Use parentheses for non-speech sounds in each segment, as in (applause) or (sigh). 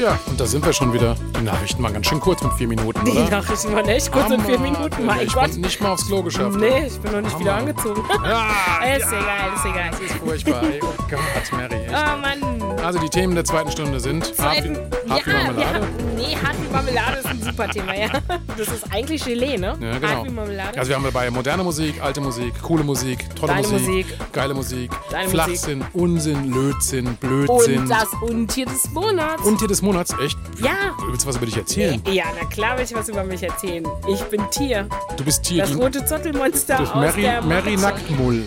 Ja, und da sind wir schon wieder. Die Nachrichten waren ganz schön kurz mit vier Minuten, Die oder? Nachrichten waren echt kurz in vier Hammer, Minuten. Alter. Mein ich Gott. bin nicht mal aufs Klo geschafft. Nee, ich bin noch nicht wieder Hammer. angezogen. (laughs) Ah, ist egal, ist egal. Das ist furchtbar. Ey. Oh Gott, Mary. Echt. Oh Mann. Also die Themen der zweiten Stunde sind Hafi, Zweiten- Hafi Marmelade. Ja, nee, Hartwig Marmelade ist ein super Thema, ja. Das ist eigentlich Gelee, ne? Ja, genau. Hartwig Marmelade. Also wir haben dabei moderne Musik, alte Musik, coole Musik, tolle Deine Musik, Musik. geile Musik, Deine Flachsinn, Unsinn, Lötzinn, Blödsinn. und das Untier des Monats. Und Tier des Monats, echt? ja. Willst du was über dich erzählen? Ja, na klar will ich was über mich erzählen. Ich bin Tier. Du bist Tier, Das die- rote Zottelmonster Mhm. das aus Mary, der Mary Marktstadt. Nacktmull.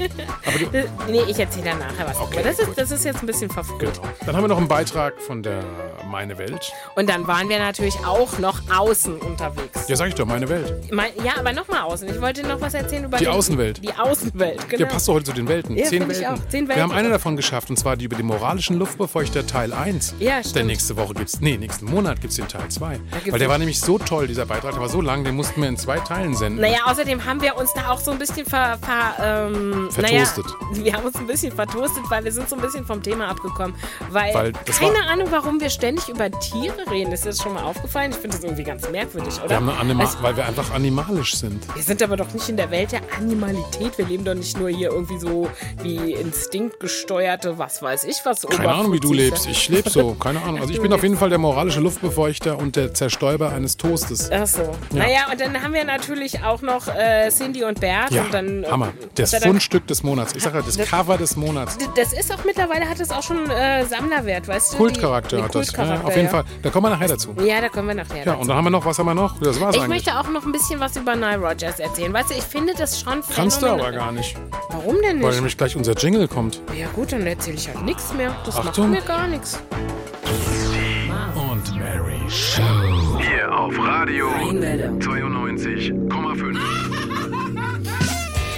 Das- Nee, ich erzähle dann nachher was. Okay, Aber das gut. ist, das ist jetzt ein bisschen verfrüht. Genau. Dann haben wir noch einen Beitrag von der Meine Welt. Und dann waren wir natürlich auch noch außen unterwegs. Ja, sag ich doch, Meine Welt. Mein, ja, aber nochmal außen. Ich wollte noch was erzählen über Die den- Außenwelt. Die Außenwelt, genau. Ja, passt doch heute zu den Welten. Ja, Zehn, find ich Welten. auch. Zehn Wir Welten. haben eine davon geschafft, und zwar die über den moralischen Luftbefeuchter Teil 1. Ja, Denn stimmt. nächste Woche gibt's, nee, nächsten Monat gibt's den Teil 2. gibt's Weil der den- war nämlich so toll, dieser Beitrag, der war so lang, den mussten wir in zwei Teilen senden. Naja, außerdem haben wir uns da auch so ein bisschen ver, ver, ähm, Vertoastet. Naja, (laughs) wir haben uns ein bisschen vertoastet, weil wir sind so ein bisschen vom Thema abgekommen. Weil, Weil das keine war- Ahnung, warum wir ständig über Tiere reden. Ist dir das schon mal aufgefallen? Ich finde das irgendwie ganz merkwürdig, oder? Wir haben eine Anima Also, weil wir einfach animalisch sind. wir sind aber doch nicht in der Welt der Animalität. Wir leben doch nicht nur hier irgendwie so wie instinktgesteuerte, was weiß ich was. Keine Ahnung, wie du lebst. Oberfuzis. Ich lebe so. Keine Ahnung. Also ich bin auf jeden Fall der moralische Luftbefeuchter und der Zerstäuber eines Toastes. Ach so. Naja, und dann haben wir natürlich auch noch äh, Cindy und Bert. Ja, und dann, Hammer. Das Gott sei Dank- Fundstück des Monats. Ich sage ja, das Das- Cover des Monats. D- Das ist auch mittlerweile, hat es auch schon äh, Sammlerwert, weißt du? Kultcharakter Die- die hat das. Ja, Kultcharakter, auf jeden ja. Fall. Da kommen wir nachher dazu. Ja, da kommen wir nachher. Ja, dazu. und dann haben wir noch, was haben wir noch? Das war's ich eigentlich. möchte auch noch ein bisschen was über Nile Rogers erzählen. Weißt du, ich finde das schon Kannst du aber phänomenal. gar nicht, Warum denn weil nicht? nämlich gleich unser Jingle kommt. Ja gut, dann erzähle ich halt nichts mehr. Das Achtung. macht mir gar nichts. Und Mary. Hier auf Radio 92,5.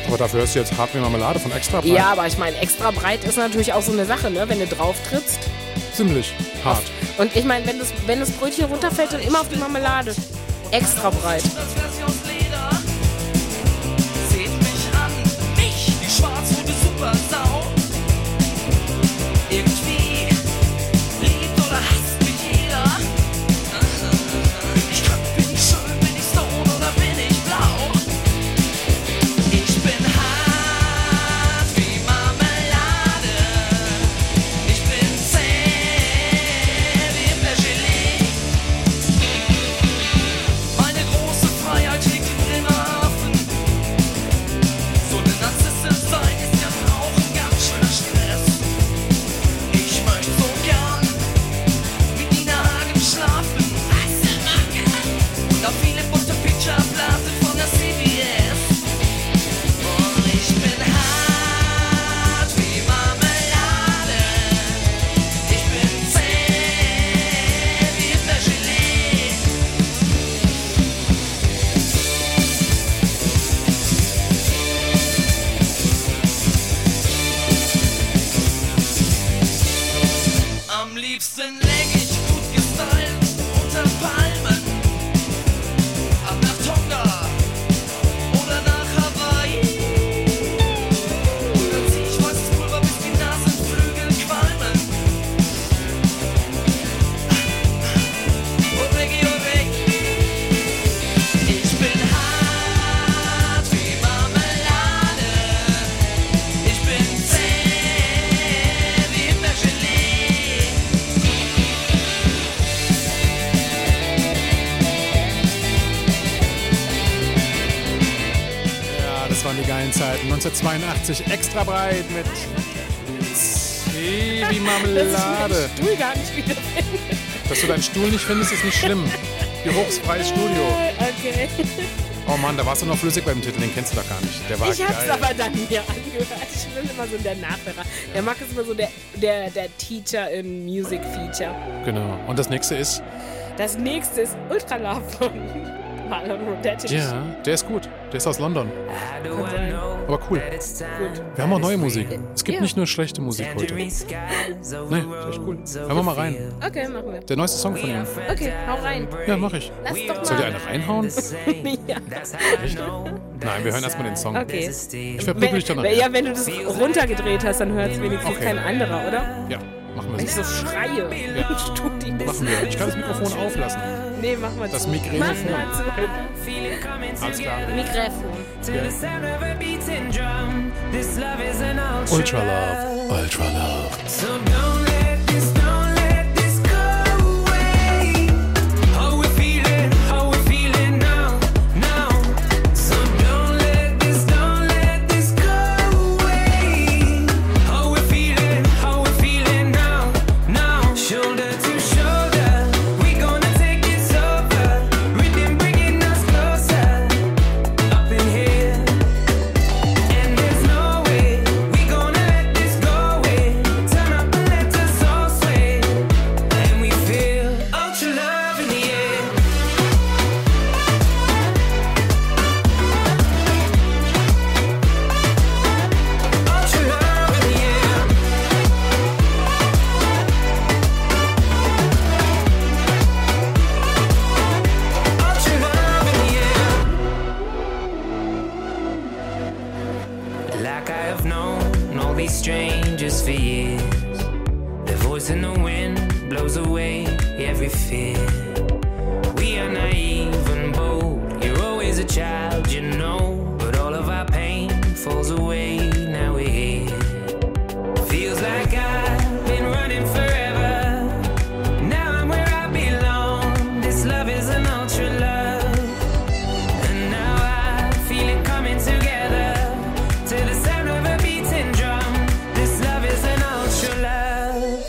Aber dafür hörst du jetzt Hartwig Marmelade von extra Breit. Ja, aber ich meine, extra breit ist natürlich auch so eine Sache, ne? wenn du drauf trittst. Ziemlich hart. Und ich meine, wenn das, wenn das Brötchen runterfällt, dann immer auf die Marmelade. Extra breit. Das Versionsleder. Seht mich an, mich, die schwarzrote Supersau. Irgendwie liebt oder hasst mich jeder. Bin ich krank, bin ich schön, bin ich stone oder bin ich blau? Ich bin hart wie Marmelade. Ich bin zäh wie Pergelee. Meine große Freiheit liegt in Bremerhaven. So eine Narzisse sein ist ja auch ein ganz schöner Stress. Ich möchte so gern mit Nina Hagen schlafen. Und auf viele bunte Picture-Platten von der CBS. Und ich bin hart wie Marmelade. Ich bin zäh wie Fläschchen. Am liebsten läge ich gut gestylt unter Palmen. Ab nach Tonga oder nach Hawaii. Und dann zieh ich weißes Pulver, bis die Nasenflügel qualmen. Und weg, weg. Ich bin hart wie Marmelade. Ich bin zäh wie Pergelee. Ja, das waren die geilen Zeiten. 1982 extra breit mit Baby Marmelade. Dass ich meinen Stuhl gar nicht wieder finde. (laughs) Dass du deinen Stuhl nicht findest, ist nicht schlimm. Geruchsfreies Studio. Okay. Oh Mann, da warst du noch flüssig beim Titel, den kennst du doch gar nicht. Der war Ich hab's Ah, geil. aber dann mir angehört. Ich bin immer so der Nachhörer. Der Marc ist immer so der, der, der Teacher in Music Feature. Genau. Und das nächste ist, Das nächste ist Ultra Love von Marlon Rodetic. ja, der ist gut. Der ist aus London. Aber cool. Gut. Wir haben auch neue Musik. Es gibt Ja. nicht nur schlechte Musik heute. Nee, das ist cool. Hören wir mal rein. Okay, machen wir. Der neueste Song von ihm. Okay, hau rein. Ja, mach ich. Lass doch mal. Soll dir eine reinhauen? (laughs) ja. Nein, wir hören erstmal den Song. Okay. Ich verprügel dich danach. ja, wenn du das runtergedreht hast, dann hört es wenigstens Okay. kein anderer, oder? Ja. Machen wir Wenn ich so. so schreie. Ja. (laughs) Tut die das. Machen wir. Ich kann das Mikrofon auflassen. Nee, mach mal Das zu. Mikrofon. Mach mal zu. Alles klar. Mikrofon. Ultra Love. Ultra Love. Shoulder to shoulder, we gonna take this over. Rhythm bringing us closer, up in here. And there's no way we gonna let this go away. Turn up and let us all sway, and we feel ultra love in the air. Ultra love in the air. Ultra love in the air. Like I have known all these strangers for years. The voice in the wind blows away every fear. We are naive and bold. You're always a child, you know. But all of our pain falls away now we're here. Feels like I've been running forever. Now I'm where I belong. This love is an ultra love. And now I feel it coming together to the sound of a beating drum. This love is an ultra love.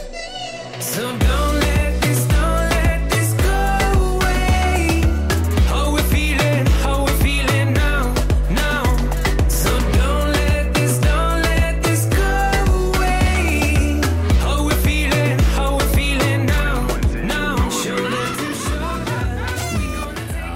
So don't let this, don't let this go away. How we feeling, how we feeling now, now. So don't let this, don't let this go away. How we feeling, how we feeling now, now. Shoulder to Ja,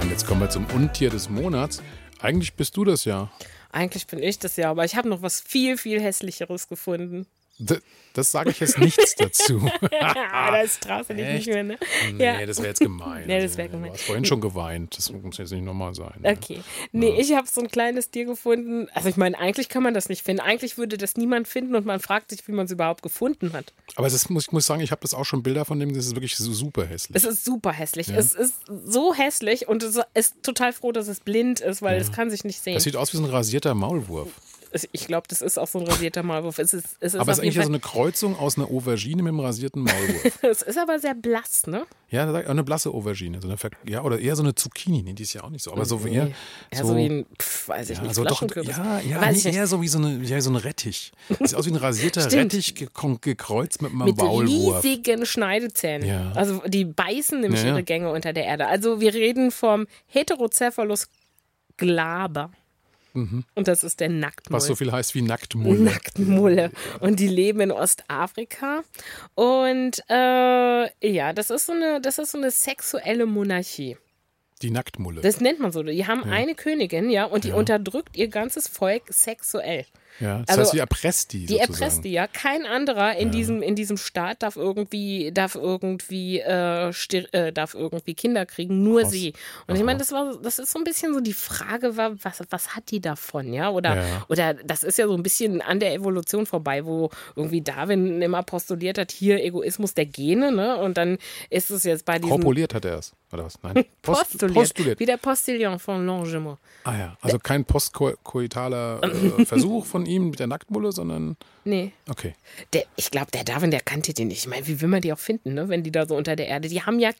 und jetzt kommen wir zum Untier des Monats. Eigentlich bist du das ja. Eigentlich bin ich das ja, aber ich habe noch was viel, viel hässlicheres gefunden. D das sage ich jetzt (laughs) nichts dazu. Ah, da ist Straße nicht, echt? nicht mehr, ne? Nee, ja. das wäre jetzt gemein. Nee, das wär gemein. Du hast vorhin schon geweint. Das muss jetzt nicht nochmal sein. ne? Okay. Nee, ich habe so ein kleines Tier gefunden. Also ich meine, eigentlich kann man das nicht finden. Eigentlich würde das niemand finden und man fragt sich, wie man es überhaupt gefunden hat. Aber es ist, muss, ich muss sagen, ich habe das auch schon Bilder von dem. Das ist wirklich so super hässlich. Es ist super hässlich. Es ist so hässlich und es ist total froh, dass es blind ist, weil es kann sich nicht sehen. Das sieht aus wie so ein rasierter Maulwurf. Es- ich glaube, das ist auch so ein rasierter Malwurf. Es ist, es ist Aber es ist auf eigentlich jeden so eine Kreuzung aus einer Aubergine mit einem rasierten (laughs) Maulwurf. Fall, (laughs) es ist aber sehr blass, ne? ja, da sag ich auch eine blasse Aubergine. So eine Ver ja, oder eher so eine Zucchini. Nee, die ist ja auch nicht so. Aber so eher. Ja, so, wie ein, pf, weiß ich ja, nicht, so doch, Flaschenkürbis. ja, ja weiß nee, ich nicht. eher so wie so, eine, ja, so ein Rettich. Sieht aus wie ein rasierter Stimmt. Rettich gekon- gekreuzt mit einem mit Maulwurf. riesigen Schneidezähnen. Ja. Also die beißen nämlich Ja, ja. ihre Gänge unter der Erde. Also wir reden vom Heterocephalus glaber. Und das ist der Nacktmull. Mhm. Was so viel heißt wie Nacktmulle. Nacktmulle. Und die leben in Ostafrika. Und äh, ja, das ist, so eine, das ist so eine sexuelle Monarchie. Die Nacktmulle. Das nennt man so. Die haben eine Königin, ja, und die unterdrückt ihr ganzes Volk sexuell. ja, das also- heißt, die erpresst die. Die sozusagen. erpresst die ja. Kein anderer in diesem in diesem Staat darf irgendwie darf irgendwie äh, stir äh, darf irgendwie Kinder kriegen, nur Krass. sie. Und ich meine, das war das ist so ein bisschen so die Frage, war, was was hat die davon, ja? Oder Ja. oder das ist ja so ein bisschen an der Evolution vorbei, wo irgendwie Darwin immer postuliert hat, hier Egoismus der Gene, ne? Und dann ist es jetzt bei diesem Korpuliert hat er es, oder was? Nein, Post- (laughs) postuliert, wie der Postillon von Longement. Ah ja, also kein postkoitaler (laughs) äh, Versuch von ihm mit der Nacktmulle, sondern Nee. okay. Der, ich glaube, der Darwin, der kannte die nicht. Ich meine, wie will man die auch finden, ne? wenn die da so unter der Erde? Die haben ja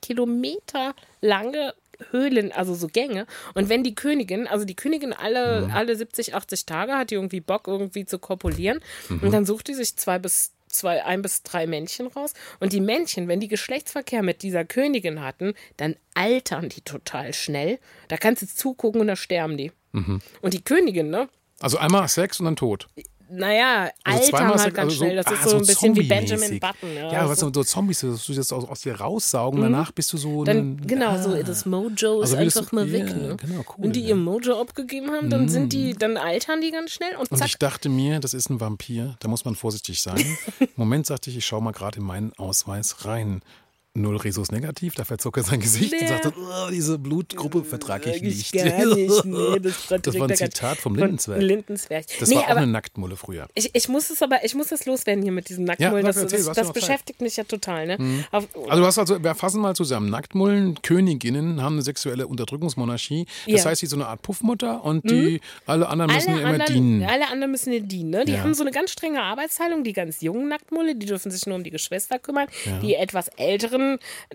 kilometerlange Höhlen, also so Gänge. Und wenn die Königin, also die Königin alle, alle 70, 80 Tage hat die irgendwie Bock, irgendwie zu kopulieren. Und dann sucht die sich zwei bis zwei, ein bis drei Männchen raus. Und die Männchen, wenn die Geschlechtsverkehr mit dieser Königin hatten, dann altern die total schnell. Da kannst du zugucken und da sterben die. Und die Königin, ne? Also einmal Sex und dann tot. Naja, Also Alter zweimal halt Sex, ganz also schnell. Das ah, ist so ein bisschen wie zombie-mäßig. Benjamin Button. Ja, Ja, was so, so, so Zombies, dass du das aus, aus dir raussaugen, danach bist du so dann, ein- genau, so ah. das Mojo ist Also wie das- einfach mal ja, weg. Ne? genau, cool, Wenn die ja. Mm. ihr Mojo abgegeben haben, dann sind die, dann altern die ganz schnell und Und zack. ich dachte mir, das ist ein (laughs) Vampir, da muss man vorsichtig sein. Moment, sagte ich, ich schaue mal gerade in meinen Ausweis rein. null Resus negativ, da verzog er sein Gesicht Nee. und sagte, "Oh, diese Blutgruppe vertrage ich nicht. (laughs) Gar nicht, nee, das, Das war ein Zitat vom Lindenswerk. Lindenswerk. Das nee, war auch aber eine Nacktmulle früher. ich, ich muss es aber, ich muss es loswerden hier mit diesem Nacktmullen. Ja, das sag, erzähl, das, du hast das noch Zeit. beschäftigt mich ja total, ne? Auf, Also du hast also, wir fassen mal zusammen, Nacktmullen, Königinnen haben eine sexuelle Unterdrückungsmonarchie. Das Ja. Mhm. heißt, die ist so eine Art Puffmutter und die alle anderen müssen alle, immer anderen, dienen. alle anderen müssen denen dienen. Ne? Die Ja. haben so eine ganz strenge Arbeitsteilung. Die ganz jungen Nacktmulle, die dürfen sich nur um die Geschwister kümmern. Die etwas älteren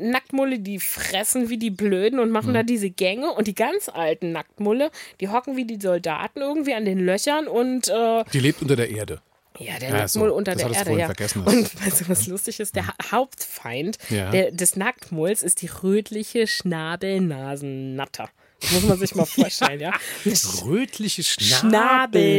Nacktmulle, die fressen wie die Blöden und machen da diese Gänge. Und die ganz alten Nacktmulle, die hocken wie die Soldaten irgendwie an den Löchern und äh, Die lebt unter der Erde. Ja, der Ja, Nacktmull so. unter Das der hattest du Erde, ja. vorhin vergessen. Und weißt du, was lustig ist? Der Ha- Hauptfeind Ja. der, des Nacktmulls ist die rötliche Schnabelnasennatter. Das muss (laughs) man sich mal vorstellen, ja. Rötliche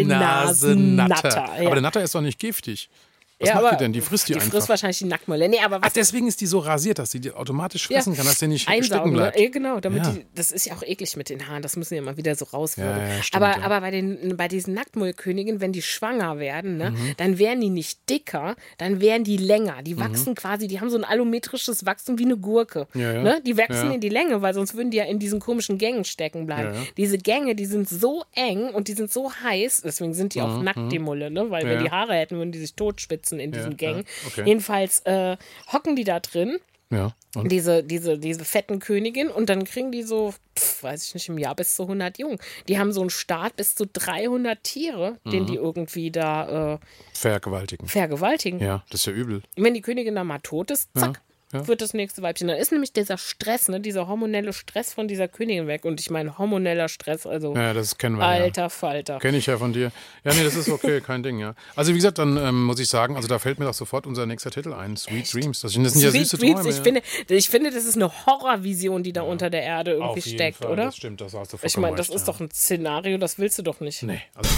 Schnabelnasennatter, Schnabelnasennatter. ja. Aber der Natter ist doch nicht giftig. Was ja, macht aber die denn? Die frisst die, Die einfach. frisst wahrscheinlich die Nacktmulle. Nee, aber Ach, was deswegen ist die so rasiert, dass sie die automatisch fressen kann, dass sie nicht stecken einsaugen, ne? bleibt. Ja, genau, damit Ja. die, das ist ja auch eklig mit den Haaren, das müssen ja immer wieder so rauswürgen. Ja, ja, stimmt, aber ja. aber bei, den, bei diesen Nacktmullkönigen, wenn die schwanger werden, ne, Mhm. dann werden die nicht dicker, dann werden die länger. Die wachsen quasi, die haben so ein allometrisches Wachstum wie eine Gurke. Ja, ja. Ne? Die wachsen Ja. in die Länge, weil sonst würden die ja in diesen komischen Gängen stecken bleiben. Ja, ja. Diese Gänge, die sind so eng und die sind so heiß, deswegen sind die auch nackt, die Mulle, ne? weil Mhm, Ja. wenn die Haare hätten, würden die sich totspitzen in diesen ja. Gängen. Okay. Jedenfalls äh, hocken die da drin Ja. Und diese, diese, diese fetten Königin und dann kriegen die so, pf, weiß ich nicht, im Jahr bis zu 100 Jungen. Die haben so einen Staat bis zu 300 Tiere, den Mhm. die irgendwie da äh, vergewaltigen. vergewaltigen. Ja, das ist ja übel. Und wenn die Königin dann mal tot ist, zack, Ja, ja. wird das nächste Weibchen. Dann ist nämlich dieser Stress, ne, dieser hormonelle Stress von dieser Königin weg. Und ich meine, hormoneller Stress, also Ja, das kennen wir. ja. alter Falter. Kenne ich ja von dir. Ja, nee, das ist okay, (laughs) kein Ding, ja. Also wie gesagt, dann ähm, muss ich sagen, also da fällt mir doch sofort unser nächster Titel ein, Sweet Dreams. Das sind, das sind ja Sweet süße Dreams, Träume. ich, ja. finde, ich finde, das ist eine Horrorvision, die da unter der Erde Auf irgendwie jeden steckt, Fall, oder? Das stimmt, das hast du Ich meine, das vollkommen recht, ist doch ein Szenario, das willst du doch nicht. ja. Nee, also ist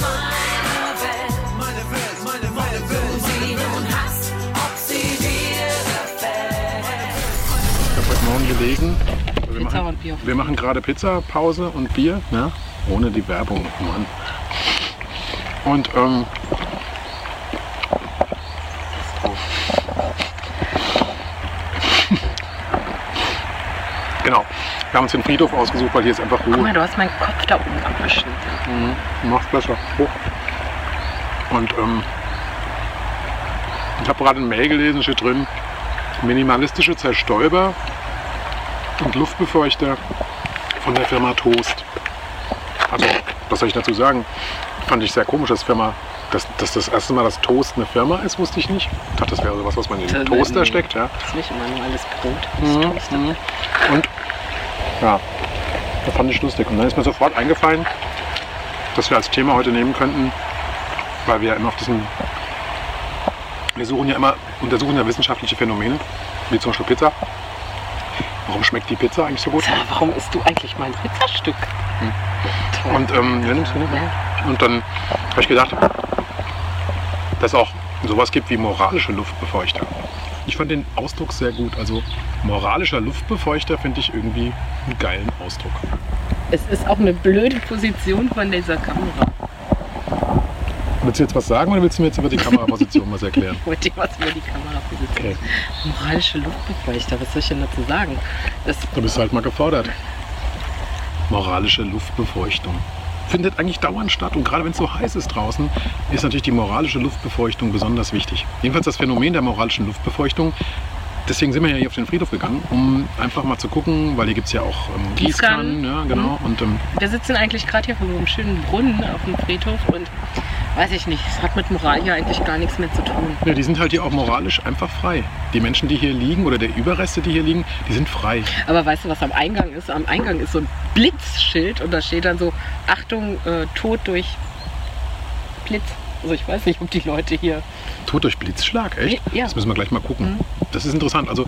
meine Welt. Meine Welt, meine, meine Welt. Die nun hast, ob sie dir gefällt. ich habe heute Morgen gelegen. Wir Pizza und Bier. Wir machen gerade Pizza, Pause und Bier, ne? Ohne die Werbung, Mann. Und ähm. (laughs) Genau. Wir haben uns den Friedhof ausgesucht, weil hier ist einfach Ruhe. du hast meinen Kopf da oben abgeschnitten. Mach's besser. Hoch. Und ähm, ich habe gerade eine Mail gelesen, steht drin, minimalistische Zerstäuber und Luftbefeuchter von der Firma Toast. Also, was soll ich dazu sagen? Fand ich sehr komisch, dass Firma, dass, dass das erste Mal, dass Toast eine Firma ist, wusste ich nicht. Ich dachte, das wäre sowas, was man in den Firmen. Toaster steckt. Ja. Das ist nicht immer nur alles Brot. Das ist Toast. Und ja, das fand ich lustig. Und dann ist mir sofort eingefallen, dass wir als Thema heute nehmen könnten, weil wir ja immer auf diesen. Wir suchen ja immer, untersuchen ja wissenschaftliche Phänomene, wie zum Beispiel Pizza. Warum schmeckt die Pizza eigentlich so gut? Sag, Warum isst du eigentlich mein Pizzastück? Toll. Und ähm, ja, nimmst du nicht? Und dann habe ich gedacht, dass es auch sowas gibt wie moralische Luftbefeuchter. Ich fand den Ausdruck sehr gut. Also moralischer Luftbefeuchter finde ich irgendwie einen geilen Ausdruck. Es ist auch eine blöde Position von dieser Kamera. Willst du jetzt was sagen oder willst du mir jetzt über die Kameraposition was erklären? Ich wollte dir was über die Kamera Okay, positionieren. Moralische Luftbefeuchter, was soll ich denn dazu sagen? Das, du bist halt mal gefordert. Moralische Luftbefeuchtung. Findet eigentlich dauernd statt und gerade wenn es so heiß ist draußen, ist natürlich die moralische Luftbefeuchtung besonders wichtig. Jedenfalls das Phänomen der moralischen Luftbefeuchtung. Deswegen sind wir ja hier auf den Friedhof gegangen, um einfach mal zu gucken, weil hier gibt es ja auch ähm, Gießkannen, Gießkannen. ja, genau. Und ähm, wir sitzen eigentlich gerade hier vor so einem schönen Brunnen auf dem Friedhof und weiß ich nicht, es hat mit Moral hier eigentlich gar nichts mehr zu tun. ja, die sind halt hier auch moralisch einfach frei. Die Menschen, die hier liegen oder der Überreste, die hier liegen, die sind frei. Aber weißt du, was am Eingang ist? Am Eingang ist so ein Blitzschild und da steht dann so, Achtung, äh, Tod durch Blitz. Also ich weiß nicht, ob die Leute hier Tod durch Blitzschlag, echt? Ja. Mhm. Das müssen wir gleich mal gucken. Das ist interessant. Also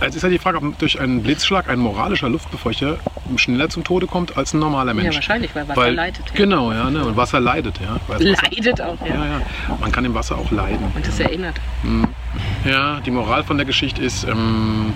es ist ja die Frage, ob durch einen Blitzschlag ein moralischer Luftbefeuchter schneller zum Tode kommt als ein normaler Mensch. wahrscheinlich, weil Wasser leidet, ja. Genau, ja, ne? und Wasser leidet, ja. Weil das Wasser, leidet auch. Ja. ja, ja. Man kann im Wasser auch leiden. Und das erinnert. Ja, die Moral von der Geschichte ist, ähm,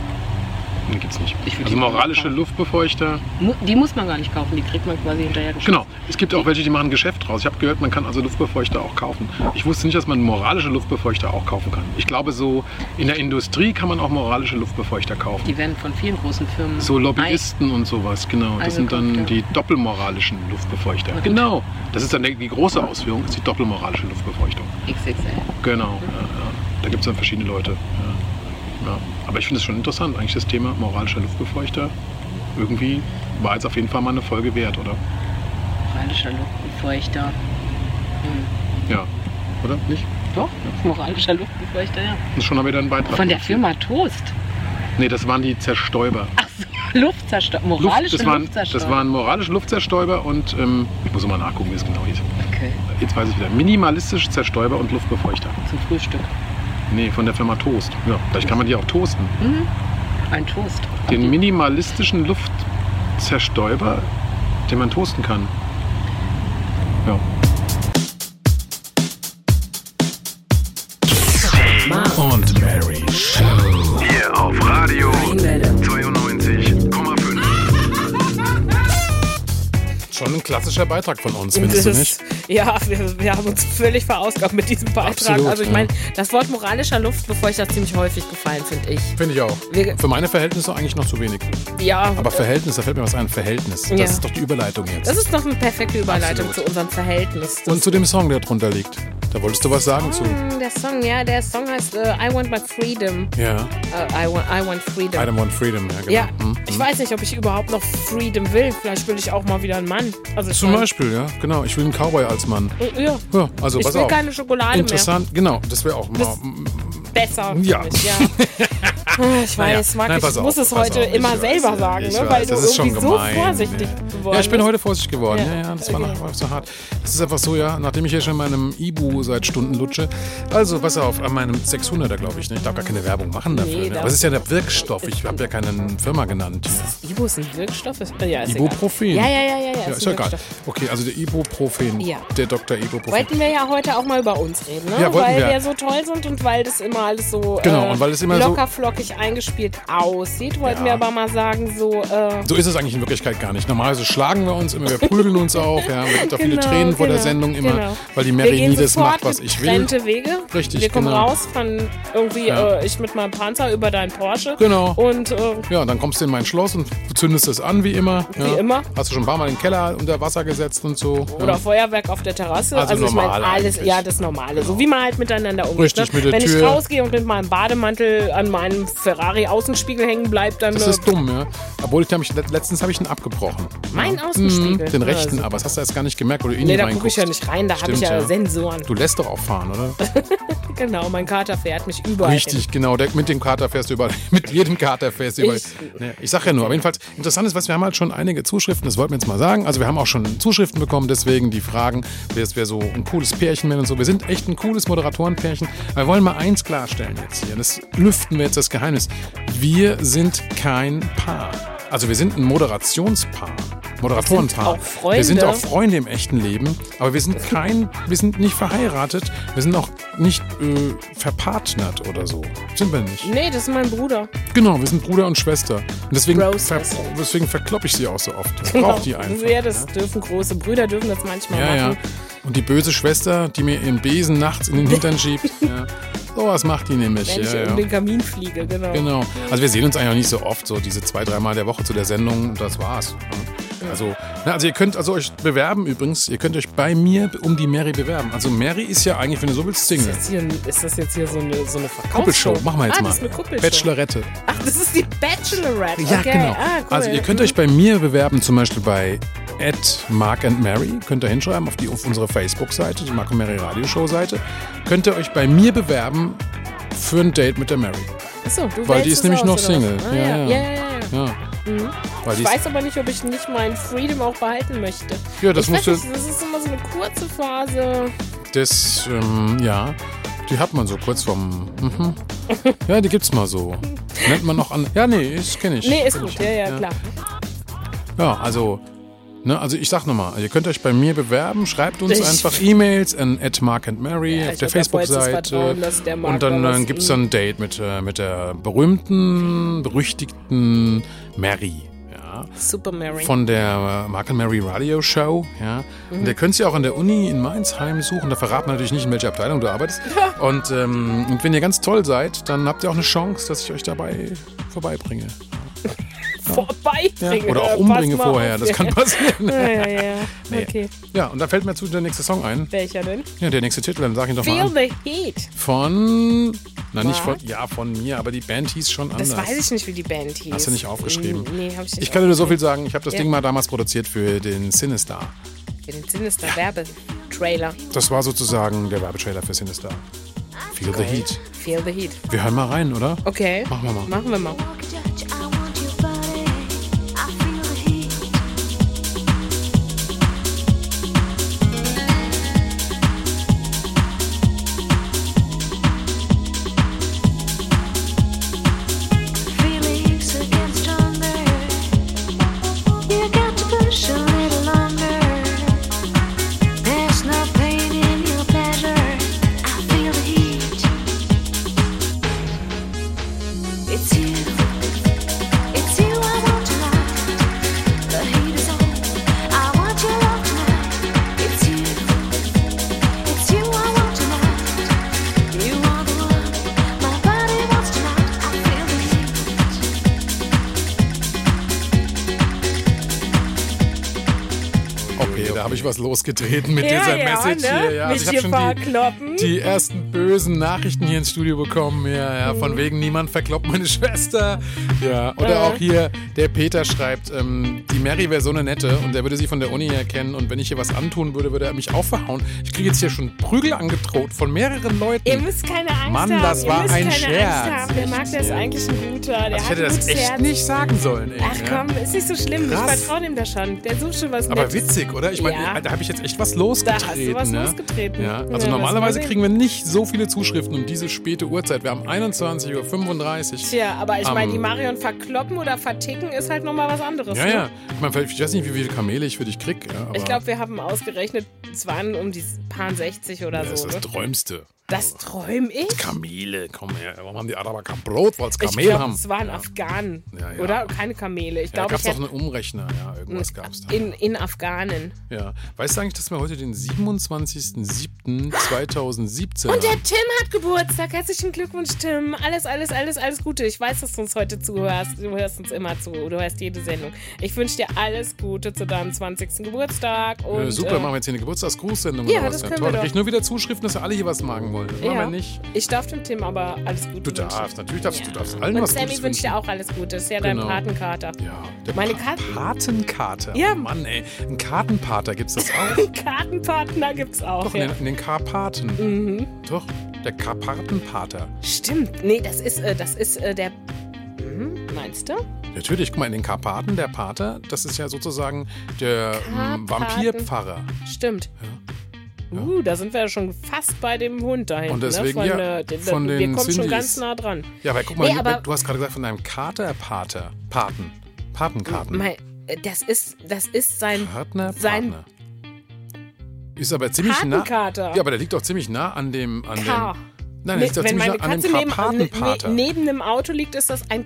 Den gibt's nicht. Ich würd Also die moralische kaufen. Luftbefeuchter. Mu- Die muss man gar nicht kaufen, die kriegt man quasi hinterher geschickt. Genau. Es gibt auch welche, die machen ein Geschäft draus. Ich habe gehört, man kann also Luftbefeuchter auch kaufen. Ich wusste nicht, dass man moralische Luftbefeuchter auch kaufen kann. Ich glaube, so in der Industrie kann man auch moralische Luftbefeuchter kaufen. Die werden von vielen großen Firmen. Genau. So Lobbyisten und sowas, genau. Das sind dann Eingekauft, ja. die doppelmoralischen Luftbefeuchter. gut. Genau. Das ist dann die die große Ausführung, ist die doppelmoralische Luftbefeuchtung. Ei, XXL. Genau. Ja, ja. Da gibt es dann verschiedene Leute. Ja. Ja. Aber ich finde es schon interessant, eigentlich das Thema moralischer Luftbefeuchter. Irgendwie war jetzt auf jeden Fall mal eine Folge wert, oder? Moralischer Luftbefeuchter. Ja. Oder? Nicht? Doch, (laughs) moralischer Luftbefeuchter, ja. Das ist schon mal wieder ein Beitrag. Von der Firma Toast. Nee, das waren die Zerstäuber. Ach so, (laughs) Luftzerstäuber. Moralische das, waren, Luftzerstäuber. das waren moralische Luftzerstäuber und ähm, ich muss mal nachgucken, wie es genau hieß. okay, Jetzt weiß ich wieder. Minimalistische Zerstäuber und Luftbefeuchter. zum Frühstück. Nee, von der Firma Toast. Ja, vielleicht kann man die auch toasten. Ein Toast. Den minimalistischen Luftzerstäuber, den man toasten kann. Ja. Und Mary Show. Hier auf Radio 92,5. Schon ein klassischer Beitrag von uns, Das, findest du nicht? Ja, wir, wir haben uns völlig verausgabt mit diesem Beitrag. Absolut, also ich ja. meine, das Wort moralischer Luftbefeuchter ist ziemlich häufig gefallen, finde ich. Finde ich auch. Wir- Für meine Verhältnisse eigentlich noch zu wenig. Ja, Aber Verhältnis, da fällt mir was ein. Verhältnis. Ja. Das ist doch die Überleitung jetzt. das ist noch eine perfekte Überleitung Absolut. zu unserem Verhältnis. Und zu dem Song, der drunter liegt. Da wolltest du was sagen zu. der Song, ja, der Song heißt äh, I Want My Freedom. Ja. Äh, I, want, I Want Freedom. Item on Freedom. Ja, genau. Ja, Hm. ich weiß nicht, ob ich überhaupt noch Freedom will. Vielleicht will ich auch mal wieder einen Mann. Also ich Zum mein- äh, Beispiel, ja. Genau. Ich will einen Cowboy als Mann. Ja, Ja, also ich pass will auf. keine Schokolade Interessant, genau. Das wäre auch mal. mehr. Besser. für Ja. (laughs) Mich, ja. Ah, Ich weiß, Marc, Nein, ich pass auf, muss es pass heute auf, ich immer weiß, selber ja, sagen, ich ne? weiß, weil du das ist schon irgendwie so gemein, ne? vorsichtig ja. geworden Ja, ich bin bist. heute vorsichtig geworden. Ja. Ja, ja, das war noch war so hart. Es ist einfach so, ja, nachdem ich hier schon in meinem Ibu seit Stunden lutsche. Also, pass auf, an meinem 600er, glaube ich. Ne? Ich darf gar keine Werbung machen dafür. Nee, ne? darf- Aber es ist ja der Wirkstoff. Ich habe ja keine Firma genannt. Ibu ist ein Wirkstoff? Ist- Ja, ist Ibuprofen. Egal. Ja, ja, ja, ja. Ja, ist ja ein egal. Wirkstoff. Okay, also der Ibuprofen. Ja. Der Dr. Ibuprofen. Wollten wir ja heute auch mal über uns reden, ne? Ja, wollten weil wir. wir so toll sind und weil das immer alles so Genau, äh, und weil es immer so- locker flockig eingespielt aussieht, wollten Ja. wir aber mal sagen, so äh, So ist es eigentlich in Wirklichkeit gar nicht. Normalerweise schlagen wir uns immer, wir prügeln uns auch. Ja. Es gibt auch viele Genau, Tränen vor der genau, Sendung immer, genau. weil die wir Mary gehen nie das sofort macht, was ich will. getrennte Wege. Richtig, Wir kommen genau. raus von irgendwie Ja. äh, ich mit meinem Panzer über deinen Porsche. Genau. Und äh, Ja, und dann kommst du in mein Schloss und zündest es an, wie immer. Wie ja. immer. Hast du schon ein paar Mal den Keller unter Wasser gesetzt und so. oder ja. Feuerwerk auf der Terrasse. Also ich meine, normal alles, eigentlich. ja, das Normale. So wie man halt miteinander umgeht. Richtig, ne? mit der Wenn ich Tür. rausgehe und mit meinem Bademantel an meinem Ferrari-Außenspiegel hängen bleibt, dann. Das äh, ist dumm, ja. Obwohl, ich hab mich, let- letztens habe ich ihn abgebrochen. mein Mhm, Außenspiegel. den rechten, Also, aber das hast du erst gar nicht gemerkt, weil du eh nie Nee, da gucke reinguckst. ich ja nicht rein, da habe Stimmt, ich ja, ja. Sensoren. Du lässt doch auch fahren, oder? Genau, mein Kater fährt mich überall. Hin. Richtig, genau. Der, mit dem Kater fährst du überall. (laughs) Mit jedem Kater fährst du überall. Ich- Ich, ne, ich sag ja nur. Aber jedenfalls, interessant ist, was wir haben halt schon einige Zuschriften, das wollten wir jetzt mal sagen. Also wir haben auch schon Zuschriften bekommen, deswegen die Fragen, wer ist- wer so ein cooles Pärchen wäre und so. Wir sind echt ein cooles Moderatorenpärchen. Wir wollen mal eins klarstellen jetzt hier. Das lüften wir jetzt das Geheimnis. Wir sind kein Paar. Also wir sind ein Moderationspaar. Moderatorenpaar. Wir sind auch Freunde. Wir sind auch Freunde im echten Leben, aber wir sind kein, wir sind nicht verheiratet, wir sind auch nicht äh, verpartnert oder so. Sind wir nicht. Nee, das ist mein Bruder. Genau, wir sind Bruder und Schwester. Und deswegen, Bros. ver, deswegen verkloppe ich sie auch so (laughs) oft. Ich brauche die einfach. Ja, das dürfen große Brüder dürfen das manchmal Ja, ja. machen. Und die böse Schwester, die mir ihren Besen nachts in den Hintern (laughs) schiebt. Ja. Sowas macht die nämlich. Wenn ich Ja, um ja. den Kamin fliege, genau. Genau. Also wir sehen uns eigentlich auch nicht so oft, so diese zwei, dreimal der Woche zu der Sendung und das war's. ne? Also, na, also ihr könnt also euch bewerben übrigens, ihr könnt euch bei mir um die Mary bewerben. Also Mary ist ja eigentlich, wenn du so willst, Ist, Single. das hier, ein- ist das jetzt hier so eine, so eine Verkaufsshow? Kuppelshow, machen wir jetzt ah, mal. Das ist eine Kuppelshow. Bachelorette. Ach, das ist die Bachelorette. Ja, okay. genau. Ah, cool. Also ihr könnt euch bei mir bewerben, zum Beispiel bei at Mark and Mary, könnt ihr hinschreiben auf, die, auf unsere Facebook-Seite, die Mark and Mary Radio Show-Seite, könnt ihr euch bei mir bewerben für ein Date mit der Mary. Achso, du Weil die wählst ist nämlich es noch aus, oder Single. was? Ah, ja, ja. ja. Ja, ja, ja. Ja. Weil die Mhm. Ich ist- weiß aber nicht, ob ich nicht mein Freedom auch behalten möchte. Ja, das ich musst weiß du- Nicht, das ist immer so eine kurze Phase. Das, ähm, ja, die hat man so kurz vom. Mhm. Ja, die gibt's mal so. Nennt man noch an. Ja, nee, das kenne ich. Nee, ist Kenn gut. ich. Ja, ja, klar. Ja, also Ne, also ich sag nochmal, ihr könnt euch bei mir bewerben, schreibt uns Ich- einfach E-Mails an at Mark and Mary Ja, auf ich der hab ja vollstes Facebook-Seite. Vertrauen, dass der Mark Und dann da was äh, gibt's dann ein Date mit, äh, mit der berühmten, berüchtigten Mary. Ja, Super Mary. von der äh, Mark and Mary Radio Show. Ja. Und Mhm. ihr könnt sie auch an der Uni in Mainz heimsuchen. Da verraten wir natürlich nicht, in welcher Abteilung du arbeitest. Und, ähm, und wenn ihr ganz toll seid, dann habt ihr auch eine Chance, dass ich euch dabei vorbeibringe. Ja. vorbeibringen. Oder Äh, auch pass umbringe mal vorher. auf. Das kann passieren. (laughs) Ja, ja, ja. (laughs) Nee. Okay, Ja, und da fällt mir zu der nächste Song ein. welcher denn? Ja, der nächste Titel, dann sag ich ihn doch mal Feel an. the Heat. Von. Na, nicht von. Mark? Ja, von mir, aber die Band hieß schon anders. Das weiß ich nicht, wie die Band hieß. Hast du nicht aufgeschrieben? Mm, Nee, hab ich nicht. Ich kann dir nur so viel sagen, ich habe das Ja. Ding mal damals produziert für den Sinister. aufgeschrieben. Für den Sinister Werbetrailer. Das war sozusagen der Werbetrailer für Sinister. Feel the Heat. Feel the Heat. Wir hören mal rein, oder? Okay. Machen wir mal. Machen wir mal. It's you, it's you I want tonight. The heat is on. I want your love tonight. It's you. It's you I want tonight. You are the one my body wants tonight. I feel the heat. Okay, da habe ich was losgetreten mit dieser Message ne? hier. Ja, Mit also ich dir habe schon die, verkloppen. die ersten bösen Nachrichten hier ins Studio bekommen. Ja, ja, von wegen niemand verkloppt meine (laughs) Schwester. Ja, Äh. oder auch hier der Peter schreibt, ähm, die Mary wäre so eine nette und der würde sie von der Uni her kennen und wenn ich ihr was antun würde, würde er mich auch verhauen. Ich kriege jetzt hier schon Prügel angedroht von mehreren Leuten. Ihr müsst keine Angst Mann, haben. das war Ihr müsst ein keine Scherz. Angst haben. Der Marc, der ist eigentlich ein guter. Der also ich hat hätte ein das gutes echt Herz. nicht sagen sollen. Ey, Ach ja. komm, ist nicht so schlimm. Krass. Ich vertraue dem da schon. Der sucht schon was Aber Nettes. witzig, oder? Ich meine, Ja. da habe ich jetzt echt was losgetreten. Da hast du was ne? losgetreten. Ja. Ja, Also lass normalerweise mal sehen. kriegen wir nicht so viele Zuschriften um diese späte Uhrzeit. Wir haben 21.35 Uhr. Tja, aber ich Am- meine, die Marion verkloppen oder verticken ist halt nochmal was anderes. Ähm. Ja, ne? ja. Ich meine, ich weiß nicht, wie viele Kamele ich für dich krieg. Ja, aber Ich glaube, wir haben ausgerechnet, es waren um die paar 60 oder das so. ist Ne? das Träumste. Das träum ich. Kamele, komm her. Warum haben die Araber kein Brot, weil es Ich Kamele glaube, haben? es waren Afghanen, Ja, ja. oder? Keine Kamele. Ich Ja, da glaube, gab es ich doch hätte einen Umrechner. Ja, irgendwas gab es da. in, in Afghanen. Ja. Weißt du eigentlich, dass wir heute den 27.07.2017 Und haben? der Tim hat Geburtstag. Herzlichen Glückwunsch, Tim. Alles, alles, alles, alles Gute. Ich weiß, dass du uns heute zuhörst. Du hörst uns immer zu. Du hörst jede Sendung. Ich wünsche dir alles Gute zu deinem 20. Geburtstag. Und, äh, super, machen wir jetzt hier eine Geburtstagsgrußsendung. ja, oder was? das können wir toll. Da doch. krieg ich nur wieder Zuschriften, dass wir alle hier was magen wollen. Das ja. machen wir nicht. Ich darf dem Tim aber alles Gute Du wünschen. darfst, natürlich darfst du darfst allen Und was Sammy Gutes wünscht wünschen. dir auch alles Gute. Ist ja Genau. dein Patenkater. Ja, der Meine Pa- Karten- Patenkater. Ja. Oh Mann, ey. Ein Kartenpater gibt's das auch. (laughs) Kartenpartner gibt's auch. Doch, in ja. den, in den Karpaten. Mhm. Doch, der Karpatenpater. Stimmt. Nee, das ist, äh, das ist äh, der. Hm, meinst du? Natürlich, guck mal, in den Karpaten, der Pater, das ist ja sozusagen der ähm, Karpaten. Vampirpfarrer. Stimmt. Uh, da sind wir ja schon fast bei dem Hund da hinten. Und deswegen, ne? ja, von, äh, den- von wir den kommen schon Sindhis. ganz nah dran. Ja, weil guck mal, Nee, aber- du hast gerade gesagt von einem Katerpater. Paten. Patenkarten. Mein, äh, das ist, das ist sein Partner, Sein- Partner. Ist aber ziemlich nah. Kartenkater. Ja, aber der liegt doch ziemlich nah an dem. An K. dem nein, der Ne- liegt doch Wenn ziemlich meine nah an Katze dem neben, Karpatenpater. ne- neben einem Auto liegt, ist das ein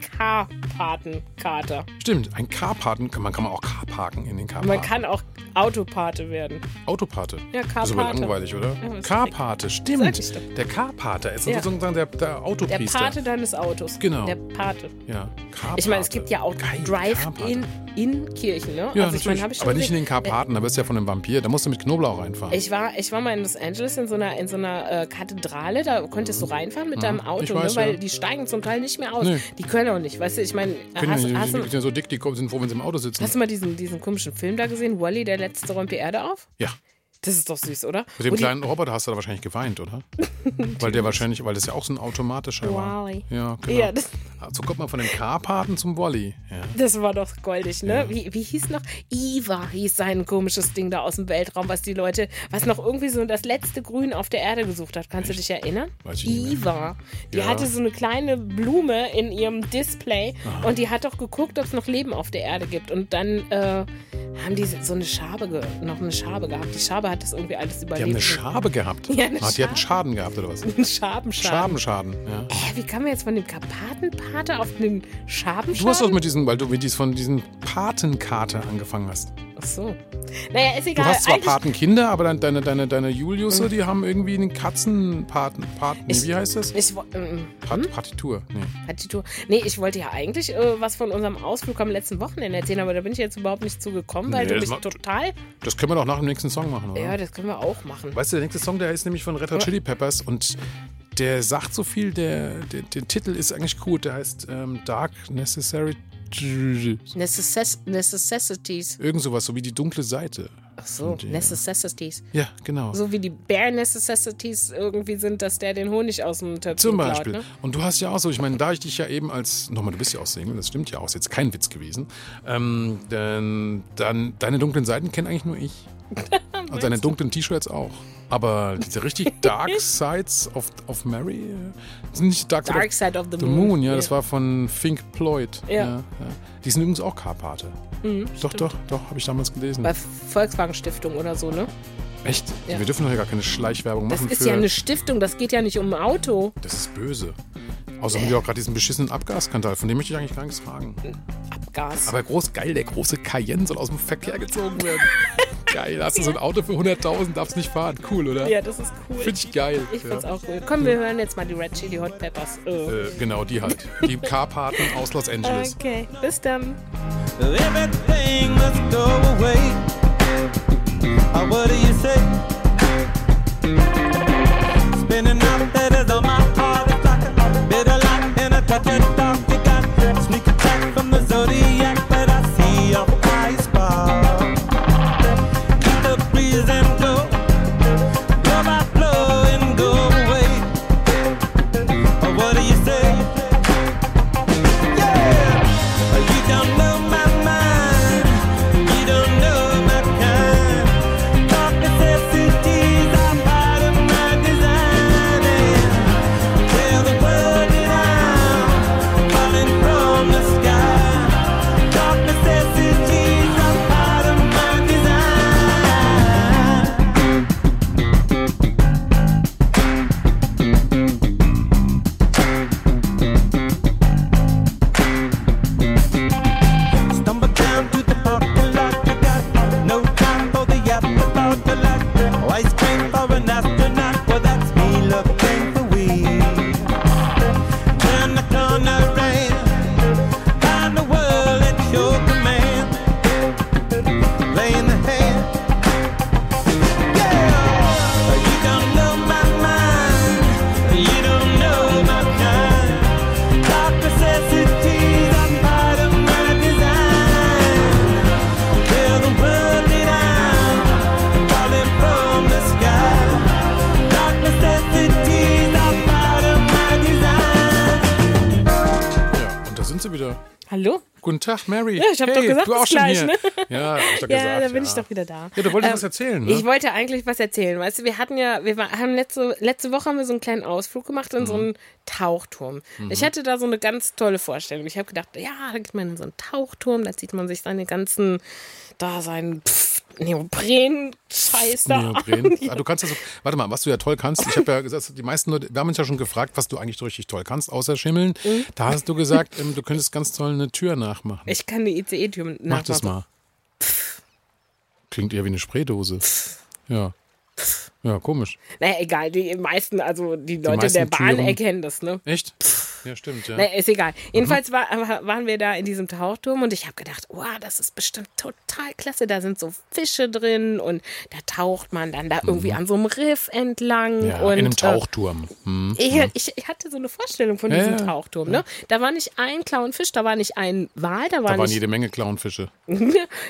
K-Patenkater. Stimmt, ein Carparten, kann man kann man auch Carparken in den Carparken. ne. Man kann auch Autopate werden. Autopate. Ja, Das ist aber Carpate. langweilig, oder? Ja, ist Carpate, Sag ich stimmt. doch. Der Carpater ist Ja. sozusagen der, der Der Autopriester. Pate deines Autos. Genau. Der Pate. ja, Carpate. Ich meine, es gibt ja auch Geil, Drive-In Carpate. in Kirchen, ne? Ja, also ich natürlich, meine, habe ich schon aber nicht in den gesehen. Carpaten, da bist du ja von einem Vampir, da musst du mit Knoblauch reinfahren. Ich war, ich war mal in Los Angeles in so einer, in so einer äh, Kathedrale, da konntest du reinfahren mit deinem Ich Auto, weiß, ne? weil ja. die steigen zum Teil nicht mehr aus. Nee. Die können auch nicht, weißt du, ich meine, Können ja hast, nicht, hast, die du- sind ja so dick, die kommen- sind froh, wenn sie im Auto sitzen. hast du mal diesen, diesen komischen Film da gesehen, Wally, der letzte räumt die Erde auf? ja, Das ist doch süß, oder? mit dem Wo die- kleinen Roboter hast du da wahrscheinlich geweint, (laughs) oder? weil der wahrscheinlich, weil das ja auch so ein automatischer war. Wally. Ja, genau. Ja, das, so kommt man von dem Carpaten zum Wally. Ja. das war doch goldig, ne? Wie, wie hieß noch? Eva hieß sein komisches Ding da aus dem Weltraum, was die Leute, was noch irgendwie so das letzte Grün auf der Erde gesucht hat. Kannst du dich erinnern? Weiß ich nicht mehr. Eva. Die Ja. hatte so eine kleine Blume in ihrem Display und die hat doch geguckt, ob es noch Leben auf der Erde gibt. Und dann äh, haben die so eine Schabe, ge- noch eine Schabe gehabt. Die Schabe hat das irgendwie alles Die haben überlebt. eine (laughs) Schabe gehabt. Ja, eine ah, die hatten Schabe. Schaden gehabt oder was? Einen Schabenschaden. Schabenschaden. Ja. Äh, wie kann man jetzt von dem Karpatenpater auf den Schabenschaden? Du hast doch mit diesen, weil du mit diesen, von diesen Patenkarte angefangen hast. Ach so. Naja, ist Du egal. hast zwar Eigentlich- Mhm. Patenkinder, aber dein- deine, deine, deine Juliusse, die haben irgendwie einen Katzenpaten. Paten, nee, Ich- wie heißt das? Ich, wo- ähm, Pat, Partitur. Nee. Hat die Tour. Nee, ich wollte ja eigentlich äh, was von unserem Ausflug am letzten Wochenende erzählen, aber da bin ich jetzt überhaupt nicht zugekommen, weil Nee, du das bist macht- total. Das können wir doch nach dem nächsten Song machen, oder? Ja, das können wir auch machen. Weißt du, der nächste Song, der ist nämlich von Red Hot Chili Peppers und der sagt so viel, der, der, der Titel ist eigentlich gut. Der heißt ähm, Dark Necessary. Irgend Necess necessities. sowas, so wie die dunkle Seite. Ach so, necessities. Ja, genau. So wie die Bear Necessities irgendwie sind, dass der den Honig aus dem Töpfchen Zum klaut, Beispiel. ne? Und du hast ja auch so, ich meine, da ich dich ja eben als, nochmal, du bist ja auch Single, das stimmt ja auch, ist jetzt kein Witz gewesen. Ähm, denn, dann, deine dunklen Seiten kenne eigentlich (laughs) nur ich. Und deine dunklen T-Shirts auch. Aber diese (laughs) richtig Dark Sides of, of Mary äh, sind nicht Dark, Side Dark of Side of the, the Moon, ja, das war von Fink Ployd. Ja. Mhm, Die sind übrigens auch Carpate. doch, doch, doch, habe ich damals gelesen. Bei Volkswagen Stiftung oder so, ne? Echt? Ja. Wir dürfen doch hier gar keine Schleichwerbung Das machen ist für. ja eine Stiftung, das geht ja nicht um ein Auto. das ist böse. Mhm. Außer Äh. haben wir auch gerade diesen beschissenen Abgasskandal, von dem möchte ich eigentlich gar nichts fragen. Abgas. Aber groß geil, der große Cayenne soll aus dem Verkehr gezogen (laughs) werden. geil, hast du so ein Auto für 100.000, darfst nicht fahren. Cool, oder? ja, das ist cool. Finde ich geil. Ich ja. find's auch cool. Komm, wir hören jetzt mal die Red Chili Hot Peppers. Äh. äh, genau, die halt. (laughs) Die Carparten aus Los Angeles. Okay, bis dann. Everything must go away. Oh, what do you say? Spinning out feathers on my heart. It's like a bit of light and a touch of dark. You got sneak attack from the zodiac, but I see your eyes spark. Keep the breeze and go. Blow by blow and go away. Oh, what do you say? Yeah. You don't know my mind. You don't know my kind. Dark necessities are part of my design. And tell the world that I'm falling from the sky. Dark necessities are part of my design. Stumble down to the parking lot. You got no time for the afterthought. You like oh, ice cream for an astronaut. Well, that's me looking for weed. Turn the corner and find the world at your command. Play in the hand. Yeah. You don't know my mind. You don't know my kind. Dark necessities are part of my design. Tell the world that I'm falling from the sky. Dark necessities are part of my design. Ja, und da sind sie wieder. Hallo? Guten Tag, Mary. Ja, ich hab hey, doch gesagt, du auch bis schon gleich, hier. ne? Ja, hab ich doch (laughs) Ja, gesagt, da bin ja. ich doch wieder da. Ja, du wolltest Ähm, was erzählen, ne? Ich wollte eigentlich was erzählen. Weißt du, wir hatten ja, wir war- haben letzte, letzte Woche haben wir so einen kleinen Ausflug gemacht in Mhm. so einen Tauchturm. Ich hatte da so eine ganz tolle Vorstellung. Ich habe gedacht, ja, da geht man in so einen Tauchturm, da zieht man sich seine ganzen, da seinen Pff, Neopren-Scheiß da Neopren. an. (laughs) Ah, du kannst ja so, warte mal, was du ja toll kannst. Ich habe ja gesagt, die meisten Leute, wir haben uns ja schon gefragt, was du eigentlich so richtig toll kannst, außer Schimmeln. Da hast du gesagt, ähm, du könntest ganz toll eine Tür nachmachen. Mhm. Ich kann die ICE-Tür nachmachen. Mach das mal. Klingt eher wie eine Spraydose. Ja. Ja, komisch. Naja, egal, die meisten, also die Leute meisten der Bahn Türen. erkennen das, ne? Echt? Ja, stimmt, ja. Naja, ist egal. Jedenfalls war, wa- waren wir da in diesem Tauchturm und ich habe gedacht, wow, das ist bestimmt total klasse. Da sind so Fische drin und da taucht man dann da irgendwie an so einem Riff entlang. Mhm. ja und, in einem äh, Tauchturm. Hm. ich, ich, ich hatte so eine Vorstellung von Ja, diesem ja. Tauchturm. Ne? Da war nicht ein Clownfisch, da war nicht ein Wal, da war Da waren nicht. jede Menge Clownfische.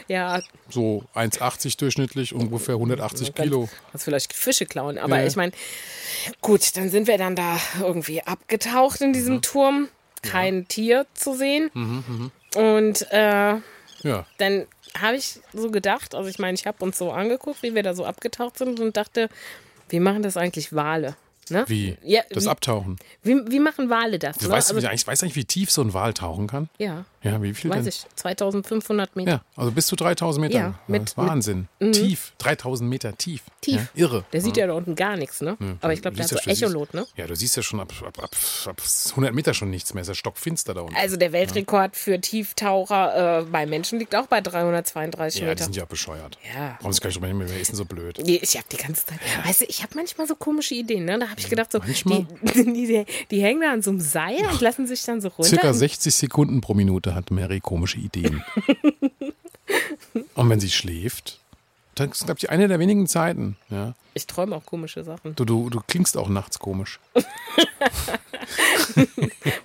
ja, So 1,80 durchschnittlich, ungefähr 180 Kilo. Also vielleicht Fische klauen, aber Ja. ich meine, gut, dann sind wir dann da irgendwie abgetaucht in Mhm. diesem Turm. Kein Tier zu sehen. Und äh, Ja. dann habe ich so gedacht, also ich meine, ich habe uns so angeguckt, wie wir da so abgetaucht sind und dachte, wie machen das eigentlich Wale? Ne? Wie? Ja, das wie- Abtauchen. Wie, wie machen Wale das? Du ne? weißt, du, Also- wie, eigentlich, weißt du eigentlich, wie tief so ein Wal tauchen kann? ja, Ja, wie viel weiß denn? ich. 2500 Meter. Ja, also bis zu 3000 Meter. Ja, mit- Mhm. das ist Wahnsinn. tief. 3000 Meter tief. Tief. Ja, irre. Der sieht ja da unten gar nichts, ne? Aber ich glaube, Du der hat Mhm. siehst so ja schon- Echolot, ne? Ja, du siehst ja schon ab, ab, ab, ab 100 Meter schon nichts mehr. Es ist ja stockfinster da unten. Also der Weltrekord für Tieftaucher äh, bei Menschen liegt auch bei 332 ja, die Meter. sind ja auch bescheuert. Ja. Warum ist gar nicht drüber hin, wer ist denn so blöd? Nee, Ich habe die ganze Zeit, weißt du, ich habe manchmal so komische Ideen, ne? Da habe ich gedacht, so, Manchmal? die, die, (laughs) die, die hängen da an so einem Seil und lassen sich dann so runter. Circa und- 60 Sekunden pro Minute hat Mary komische Ideen. (laughs) Und wenn sie schläft, dann ist, glaube ich, eine der wenigen Zeiten. Ja. Ich träume auch komische Sachen. Du, du, du klingst auch nachts komisch.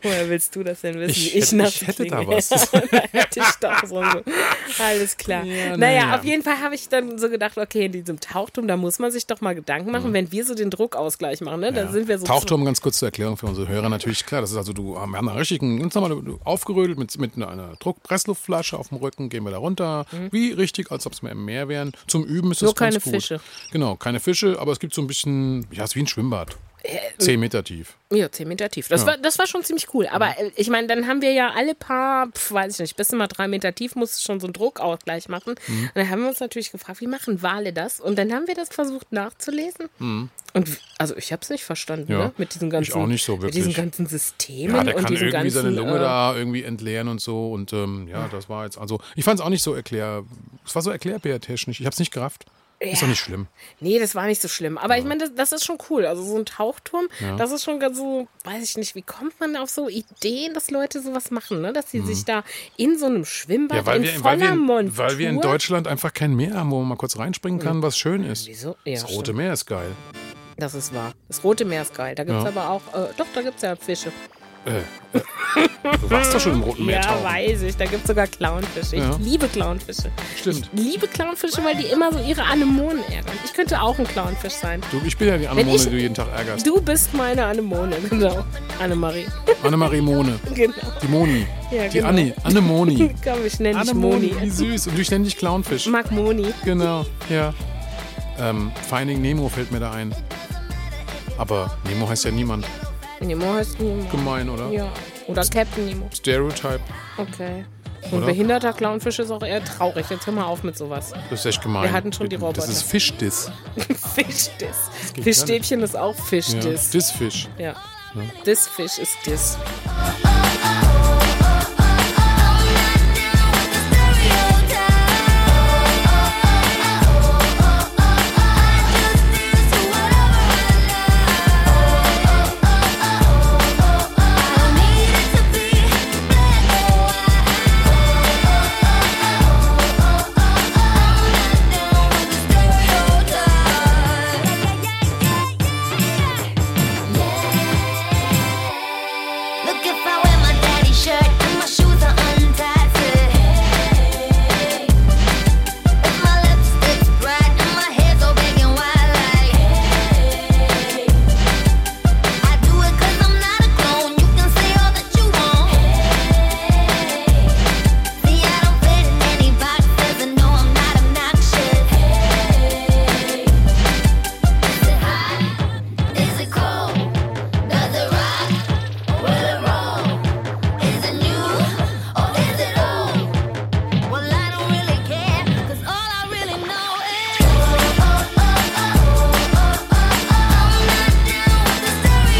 Woher willst du das denn wissen? Ich wie hätte- nachts ich hätte da klinge? (laughs) was. Da hätte ich doch so. so. Halt Alles klar. Ja, naja, naja. auf jeden Fall habe ich dann so gedacht, okay, in diesem Tauchturm, da muss man sich doch mal Gedanken machen, wenn wir so den Druckausgleich machen, ne? Dann Mhm. Ja. sind wir so. Tauchturm, ganz kurz zur Erklärung für unsere Hörer natürlich, klar, das ist also, du, wir haben einen richtigen, ganz normal aufgerödelt mit, mit einer- einer Druckpressluftflasche auf dem Rücken, gehen wir da runter, wie richtig, als ob es mehr im Meer wären. Zum Üben ist Mhm. Nur das ganz keine gut. Fische. Genau, keine Fische, aber es gibt so ein bisschen, ja, es ist wie ein Schwimmbad. Äh, Zehn Meter tief. Ja, 10 Meter tief. Das, war, das war schon ziemlich cool. Aber Mhm. äh, ich meine, dann haben wir ja alle paar, pf, weiß ich nicht, bis immer drei Meter tief musste schon so einen Druckausgleich machen. Mhm. Und dann haben wir uns natürlich gefragt, wie machen Wale das? Und dann haben wir das versucht nachzulesen. Und w- also ich habe es nicht verstanden, Mhm. Ja. ne? Mit diesen Ich ganzen, auch nicht so mit diesen wirklich. ganzen Systemen Ja, der und kann diesen irgendwie ganzen. seine Lunge äh, da irgendwie entleeren und so. Und ähm, ja, das war jetzt, also ich fand es auch nicht so erklär, es war so erklärbärtechnisch. Ich habe es nicht gerafft. Ist doch nicht schlimm. Nee, das war nicht so schlimm. Aber ich meine, das, das ist schon cool. Also so ein Tauchturm, das ist schon ganz so, weiß ich nicht, wie kommt man auf so Ideen, dass Leute sowas machen, ne? Dass sie sich da in so einem Schwimmbad Mhm. Ja, weil in wir, voller weil, wir in, Montur... weil wir in Deutschland einfach kein Meer haben, wo man mal kurz reinspringen kann, was schön ist. Wieso? Ja, das Rote Meer ist geil. Das ist wahr. Das Rote Meer ist geil. Da gibt es Ja. aber auch, äh, doch, da gibt es ja Fische. Du warst doch schon im Roten Meer Ja, tauchen. weiß ich. Da gibt es sogar Clownfische. Ja. Ich liebe Clownfische. Stimmt. Ich liebe Clownfische, weil die immer so ihre Anemonen ärgern. Ich könnte auch ein Clownfisch sein. Du, ich bin ja die Anemone, ich- die du jeden Tag ärgerst. Du bist meine Anemone, (laughs) genau. Annemarie. Annemarie Mone. genau. Die Moni. Ja, die genau. Anni. (laughs) Annemoni. Komm, ich nenne dich Annemoni, Moni. wie süß. Und du ich nenn dich Clownfisch. Mag Moni. Genau, ja. Ähm, Finding Nemo fällt mir da ein. Aber Nemo heißt ja niemand. Nemo heißt Nemo. Gemein, oder? Ja. Oder Captain Nemo. Stereotype. Okay. Und Oder? behinderter Clownfisch ist auch eher traurig. Jetzt hör mal auf mit sowas. (laughs) Das ist echt gemein. Wir hatten schon die Roboter. Das ist Fischdiss. Fischdiss. geht Fischstäbchen ist auch Ja. Fischdiss. Dissfisch. Ja. This fish is this. Look if I wear my daddy shirt and my shoes are untied. Hey, if my lipstick's bright and my hair's all big and wide, like hey, I do it 'cause I'm not a clone. You can say all that you want. Hey, see I don't fit in any boxes and no, I'm not obnoxious. Hey, is it hot? Is it cold? Does it rock? Will it roll? Is it new or is it old? Well, I don't really care, 'cause all I really know is I'm not down with the stereotype. I just do whatever I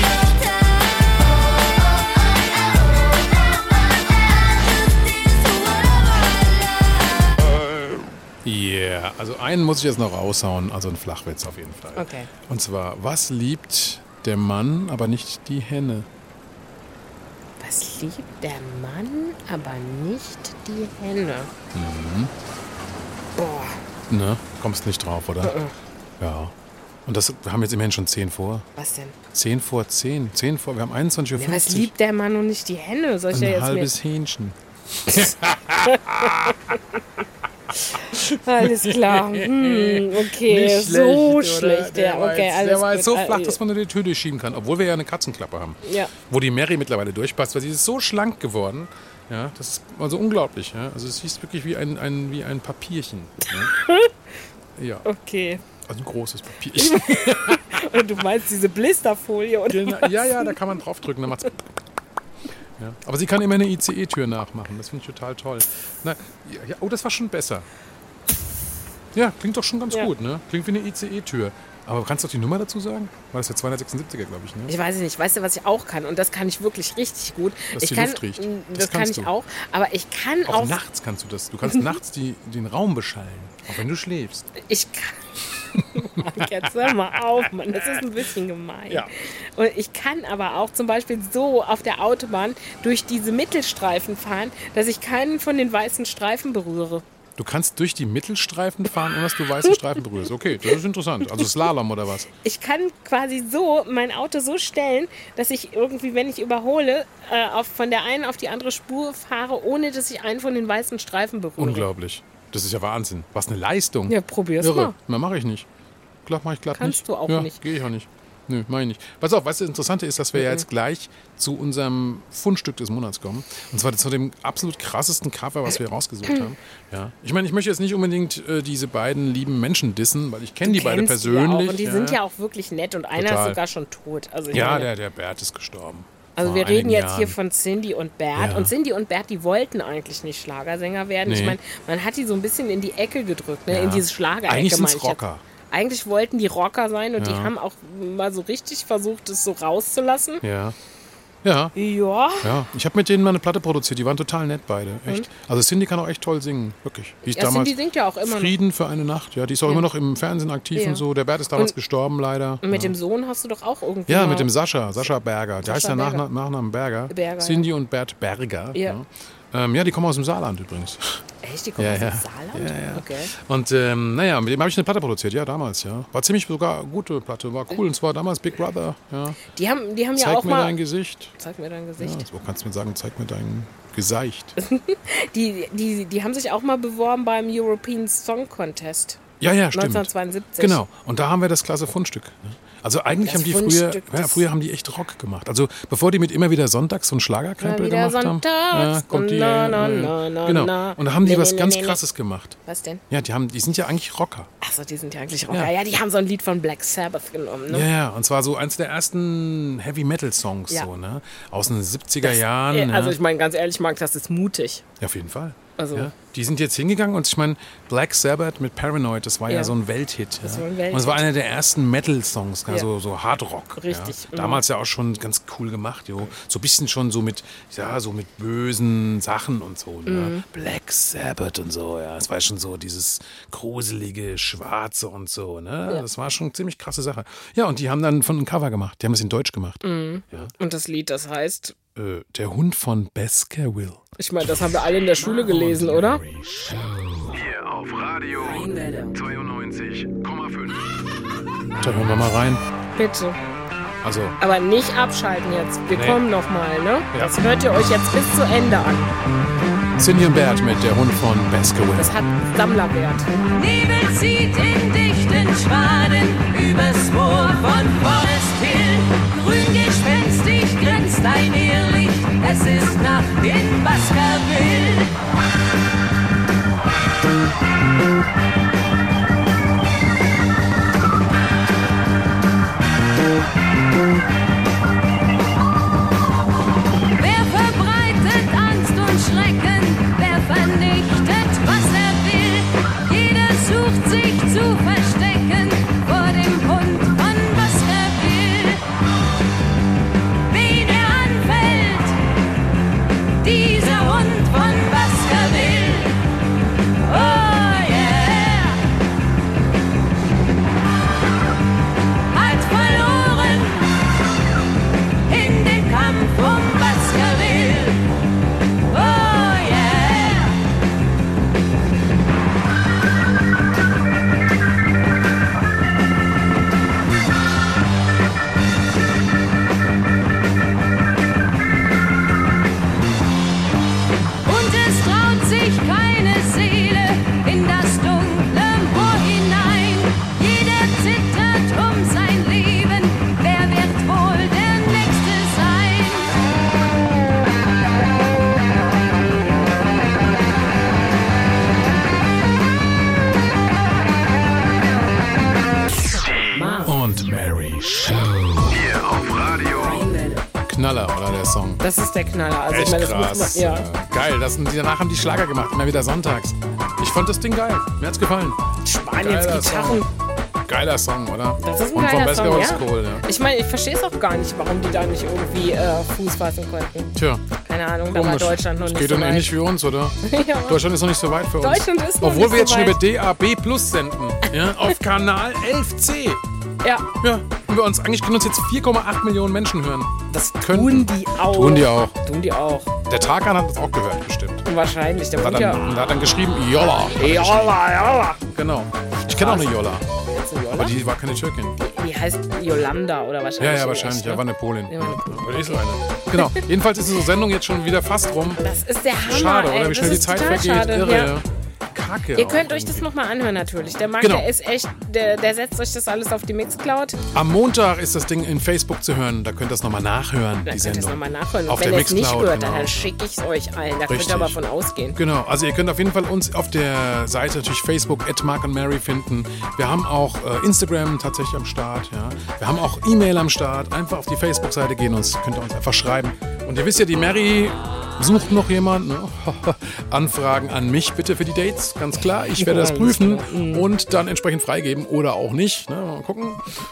like. Yeah. Also einen muss ich jetzt noch raushauen. Also ein Flachwitz auf jeden Fall. Okay. Und zwar, was liebt der Mann, aber nicht die Henne? Was liebt der Mann, aber nicht die Henne? Ne? Kommst nicht drauf, oder? Äh, Ja. Und das, wir haben jetzt immerhin schon 10 vor. Was denn? 10 vor 10. 10 vor, wir haben 21.50 Uhr. Ja, was liebt der Mann und nicht die Henne? Soll ich ja Ein jetzt mit? halbes Hähnchen. (laughs) Alles klar. Hm, okay, so schlecht. Der, Ja, war okay, jetzt, alles der war jetzt gut. so Ah, flach, dass man nur die Tüte schieben kann. Obwohl wir ja eine Katzenklappe haben. Ja. Wo die Mary mittlerweile durchpasst, weil sie ist so schlank geworden. Ja, das ist also unglaublich. Ja. Also es ist wirklich wie ein, ein, wie ein Papierchen. Ja. ja, (laughs) Okay. also ein großes Papierchen. Und du meinst diese Blisterfolie und Genau. Ja, ja, da kann man draufdrücken, dann macht's. Ja. Aber sie kann immer eine ICE-Tür nachmachen. Das finde ich total toll. Na, ja, ja, oh, das war schon besser. Ja, klingt doch schon ganz Ja. gut, ne? Klingt wie eine ICE-Tür. Aber kannst du auch die Nummer dazu sagen? War das der 276er, glaube ich, ne? Ich weiß es nicht. Weißt du, was ich auch kann? Und das kann ich wirklich richtig gut. Dass ich die kann, Luft riecht. m, Das Das, kann kannst ich du. auch. Aber ich kann Auch auch. nachts kannst du das. Du (laughs) kannst nachts die, den Raum beschallen, auch wenn du schläfst. ich kann. (laughs) Mann, jetzt hör mal auf, Mann. Das ist ein bisschen gemein. Ja. Und ich kann aber auch zum Beispiel so auf der Autobahn durch diese Mittelstreifen fahren, dass ich keinen von den weißen Streifen berühre. Du kannst durch die Mittelstreifen fahren, ohne dass du weiße Streifen berührst. Okay, das ist interessant. Also Slalom oder was? Ich kann quasi so mein Auto so stellen, dass ich irgendwie, wenn ich überhole, äh, auf, von der einen auf die andere Spur fahre, ohne dass ich einen von den weißen Streifen berühre. Unglaublich. Das ist ja Wahnsinn. Was eine Leistung. Ja, probier's Irre. mal. Mehr mache ich nicht. Klar, mache ich glatt Kannst nicht. du auch ja, nicht. Mhm. Gehe ich auch nicht. Nö, meine ich nicht. Pass auf, was das Interessante ist, dass wir ja jetzt gleich zu unserem Fundstück des Monats kommen. Und zwar zu dem absolut krassesten Cover, was wir rausgesucht haben. Ja. Ich meine, ich möchte jetzt nicht unbedingt äh, diese beiden lieben Menschen dissen, weil ich kenne die beide kennst du ja persönlich. Auch. Und die sind ja auch wirklich nett und einer Total. ist sogar schon tot. Also, ich Ja, meine, der, der Bert ist gestorben. also Vor wir reden einigen jetzt Jahren. hier von Cindy und Bert. Ja. Und Cindy und Bert, die wollten eigentlich nicht Schlagersänger werden. Ich Nee. meine, man hat die so ein bisschen in die Ecke gedrückt, ne? Ja. in diese Schlagerecke. Eigentlich sind's meine ich jetzt. Rocker. Eigentlich wollten die Rocker sein und die Ja. haben auch mal so richtig versucht, es so rauszulassen. Ja. Ja, Ja. ja. Ich habe mit denen mal eine Platte produziert. Die waren total nett beide. Echt. Also Cindy kann auch echt toll singen. Wirklich. Die ist Mhm. Ja, damals Cindy singt ja auch immer noch. Frieden für eine Nacht. Ja, die ist auch immer noch im Fernsehen aktiv Ja. und so. Der Bert ist damals Und- gestorben leider. Und mit dem Sohn hast du doch auch irgendwie. Ja, mal- mit dem Sascha, Sascha Berger. Der heißt ja nach, Berger. Nachnamen Berger. Berger, ja. Cindy und Bert Berger. Ja. Ja. Ähm, ja, die kommen aus dem Saarland übrigens. (laughs) Echt, die kommt Ja, aus ja. dem Saarland? Ja, ja. Okay. Und ähm, naja, mit dem habe ich eine Platte produziert, ja, damals, ja. War ziemlich sogar gute Platte, war cool. Und zwar damals Big Brother, ja. Die haben, die haben ja Zeig auch mir mal. dein Gesicht. Zeig mir Ja, dein Gesicht. so kannst du mir sagen, zeig mir dein Gesicht. Die, die, die haben sich auch mal beworben beim European Song Contest. Ja, ja, stimmt. 1972. Genau. Und da haben wir das klasse Fundstück. ne? Also eigentlich Das haben die Fundstück, früher, ja, das- früher haben die echt Rock gemacht. Also bevor die mit immer wieder Sonntags so ein Schlagerkrempel Immer wieder gemacht haben, sonntags ja, kommt die, na, ja, na, ja, na, na, genau. na. Und da haben die Nee, was nee, ganz nee, nee. Krasses gemacht. Was denn? Ja, die haben, die sind ja eigentlich Rocker. Achso, die sind ja eigentlich Rocker. Ja. die haben so ein Lied von Black Sabbath genommen. Ne? Ja, ja. Und zwar so eins der ersten Heavy Metal Songs Ja. so ne aus den 70er Jahren. Äh, ja. ne. Also ich meine, ganz ehrlich, Marc, das ist mutig. Ja, auf jeden Fall. Also- ja, die sind jetzt hingegangen und ich meine, Black Sabbath mit Paranoid, das war ja, Ja. so ein Welthit. Ja. war ein Welthit. Und es war einer der ersten Metal-Songs, Ja. also so Hardrock. Richtig, Ja. mhm. Damals ja auch schon ganz cool gemacht, jo. so ein bisschen schon so mit, ja, so mit bösen Sachen und so. Ne? Mhm. Black Sabbath und so, ja. Es war schon so dieses gruselige Schwarze und so, ne? Das war schon eine ziemlich krasse Sache. Ja, und die haben dann von einem Cover gemacht, die haben das in Deutsch gemacht. Mhm. Und das Lied, das heißt, Äh, der Hund von Baskerville. ich meine, das haben wir alle in der Schule gelesen, oder? Hier auf Radio 92,5. Da hören wir mal rein. Bitte. Also, Aber nicht abschalten jetzt. Wir Nee. kommen nochmal, ne? Ja. Das hört ihr euch jetzt bis zu Ende an. Cindy und Bert mit der Hund von Baskerville. Das hat Sammlerwert. Nebel zieht in dichten Schwaden übers Moor von Forest Hill. Grün gespenstig grenzt ein Irrlicht, es ist Nacht in Baskerville. Wer verbreitet Angst und Schrecken? Wer vernichtet, was er will? Jeder sucht sich zu verstecken vor dem Hund von was er will. Wen er Oh, anfällt, dieser Hund von um Oh um Knaller, oder der Song? Das ist der Knaller. Also, ich Echt meine, das krass. muss man, ja. Äh, Geil, das, sind- danach haben die Schlager gemacht, immer wieder sonntags. Ich fand das Ding geil. Mir hat's gefallen. Spaniens Geiler Gitarren. Geiler Song, oder? Das ist ein Und von geiler Best Song, Old ja. School, ja. Ich meine, ich verstehe es auch gar nicht, warum die da nicht irgendwie äh, Fuß fassen konnten. Tja, Keine Ahnung, da war komisch. Deutschland noch das nicht geht so dann weit. ähnlich wie uns, oder? (laughs) Ja. Deutschland ist noch nicht so weit für uns. Deutschland ist noch Obwohl nicht wir jetzt so schon über weit. DAB Plus senden. Ja, auf Kanal 11C. Ja, Ja, über uns. Eigentlich können uns jetzt 4,8 Millionen Menschen hören. das Können- tun die auch. Tun die auch. Tun die auch. Der Tarkan hat das auch gehört, bestimmt. Und wahrscheinlich. Der Hat wohnt dann, ja. und hat dann geschrieben, Jolla. Jola, Jola. Genau. Ich kenne auch eine Jolla. Kennst du Aber Jola? die war keine Türkin. Die heißt Yolanda oder wahrscheinlich. Ja, ja, in wahrscheinlich. echt, Ja, ne? war eine Polin. Ja, war eine Oder ist eine. Genau. Jedenfalls ist diese Sendung jetzt schon wieder fast rum. Das ist der Hammer. Schade, ey. oder? Wie Das schnell die ist Zeit total vergeht. Schade. Irre. Ja. Kacke. Ihr könnt auch euch das irgendwie. nochmal anhören natürlich. Der Marc, Genau. der ist echt, der, der setzt euch das alles auf die Mixcloud. Am Montag ist das Ding in Facebook zu hören. Da könnt ihr das nochmal nachhören, Dann die könnt ihr es Sendung. nochmal nachhören. Und Auf wenn der ihr es nicht Mixcloud, hört, genau. dann schicke ich es euch allen. Da könnt Richtig. ihr aber von ausgehen. Genau, also ihr könnt auf jeden Fall uns auf der Seite natürlich Facebook at Mark and Mary finden. Wir haben auch äh, Instagram tatsächlich am Start, ja. Wir haben auch E-Mail am Start. Einfach auf die Facebook-Seite gehen und könnt ihr uns einfach schreiben. Und ihr wisst ja, die Mary sucht noch jemanden. Ne? (laughs) Anfragen an mich bitte für die Dates, ganz klar. Ich werde das prüfen Mhm. und dann entsprechend freigeben oder auch nicht. Ne? Mal gucken.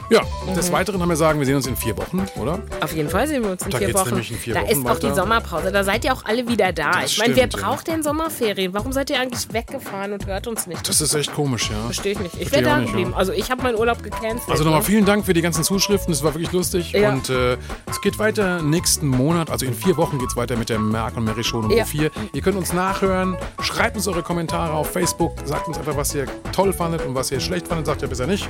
Ja, Mhm. des Weiteren haben wir sagen, wir sehen uns in vier Wochen, oder? Auf jeden Fall sehen wir uns in Da vier geht's Wochen. nämlich in vier da Wochen ist auch die weiter. Sommerpause. Da seid ihr auch alle wieder da. Das ich meine, wer stimmt, ja. braucht denn Sommerferien? Warum seid ihr eigentlich weggefahren und hört uns nicht? Das ist echt komisch, ja. verstehe ich nicht. Ich Verstehe wäre ich auch da nicht, geblieben. ja. Also ich habe meinen Urlaub gecancelt. Also nochmal vielen Dank für die ganzen Zuschriften. Es war wirklich lustig. Ja. Und äh, es geht weiter nächsten Monat, also in vier Wochen geht es weiter mit der Merck und Mary Show Nummer Ja. 4. Ihr könnt uns nachhören. Schreibt uns eure Kommentare auf Facebook. Sagt uns einfach, was ihr toll fandet und was ihr schlecht fandet. Sagt ihr besser nicht.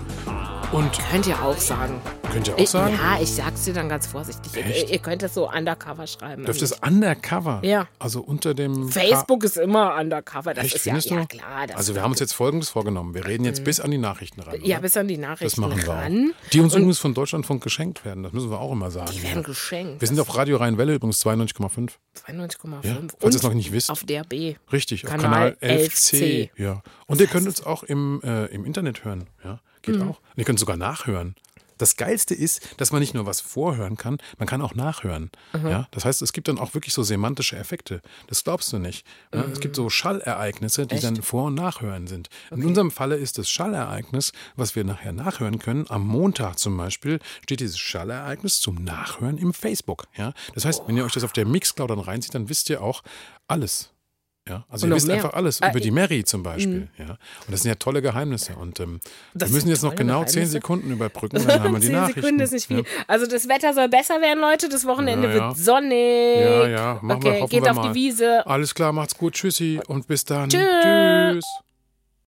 Und Könnt ihr auch sagen. könnt ihr auch Ich, sagen, Äh, ja, ich sag's dir dann ganz vorsichtig. Ihr, ihr könnt das so undercover schreiben. dürft es undercover. Ja. Also unter dem. Facebook ist immer undercover. Das Echt, ist ja, findest du? ja klar. Das also wir haben uns jetzt Folgendes vorgenommen. Wir reden jetzt bis an die Nachrichten ran. ja, oder? bis an die Nachrichten das machen wir ran. auch. Die uns übrigens von Deutschlandfunk geschenkt werden. Das müssen wir auch immer sagen. Die werden geschenkt. wir sind auf Radio Rhein-Welle übrigens 92,5. 92,5. Ja, Und falls ihr es noch nicht wisst. Auf DRB. Richtig, auf Kanal Kanal 11C. 11C. Ja. Und ihr könnt uns auch im, äh, im Internet hören. Ja, geht auch. Und ihr könnt sogar nachhören. Das Geilste ist, dass man nicht nur was vorhören kann, man kann auch nachhören. Ja? Das heißt, es gibt dann auch wirklich so semantische Effekte. Das glaubst du nicht. Ja? Es gibt so Schallereignisse, die dann vor- und nachhören sind. In unserem Falle ist das Schallereignis, was wir nachher nachhören können, am Montag zum Beispiel, steht dieses Schallereignis zum Nachhören im Facebook. Ja? Das heißt, wenn ihr euch das auf der Mixcloud dann reinzieht, dann wisst ihr auch alles. Ja, also ihr Und noch wisst mehr. einfach alles Ah, über die Mary zum Beispiel. Ja. Und das sind ja tolle Geheimnisse. Und ähm, wir Das müssen sind jetzt noch tolle genau Geheimnisse. zehn Sekunden überbrücken und dann (laughs) haben wir die 10 Nachrichten. Sekunden ist nicht viel. Ja. Also das Wetter soll besser werden, Leute. Das Wochenende Ja, ja. wird sonnig. Ja, ja, machen wir, okay, hoffen geht wir auf mal. die Wiese. Alles klar, macht's gut, tschüssi und bis dann. Tschö. Tschüss.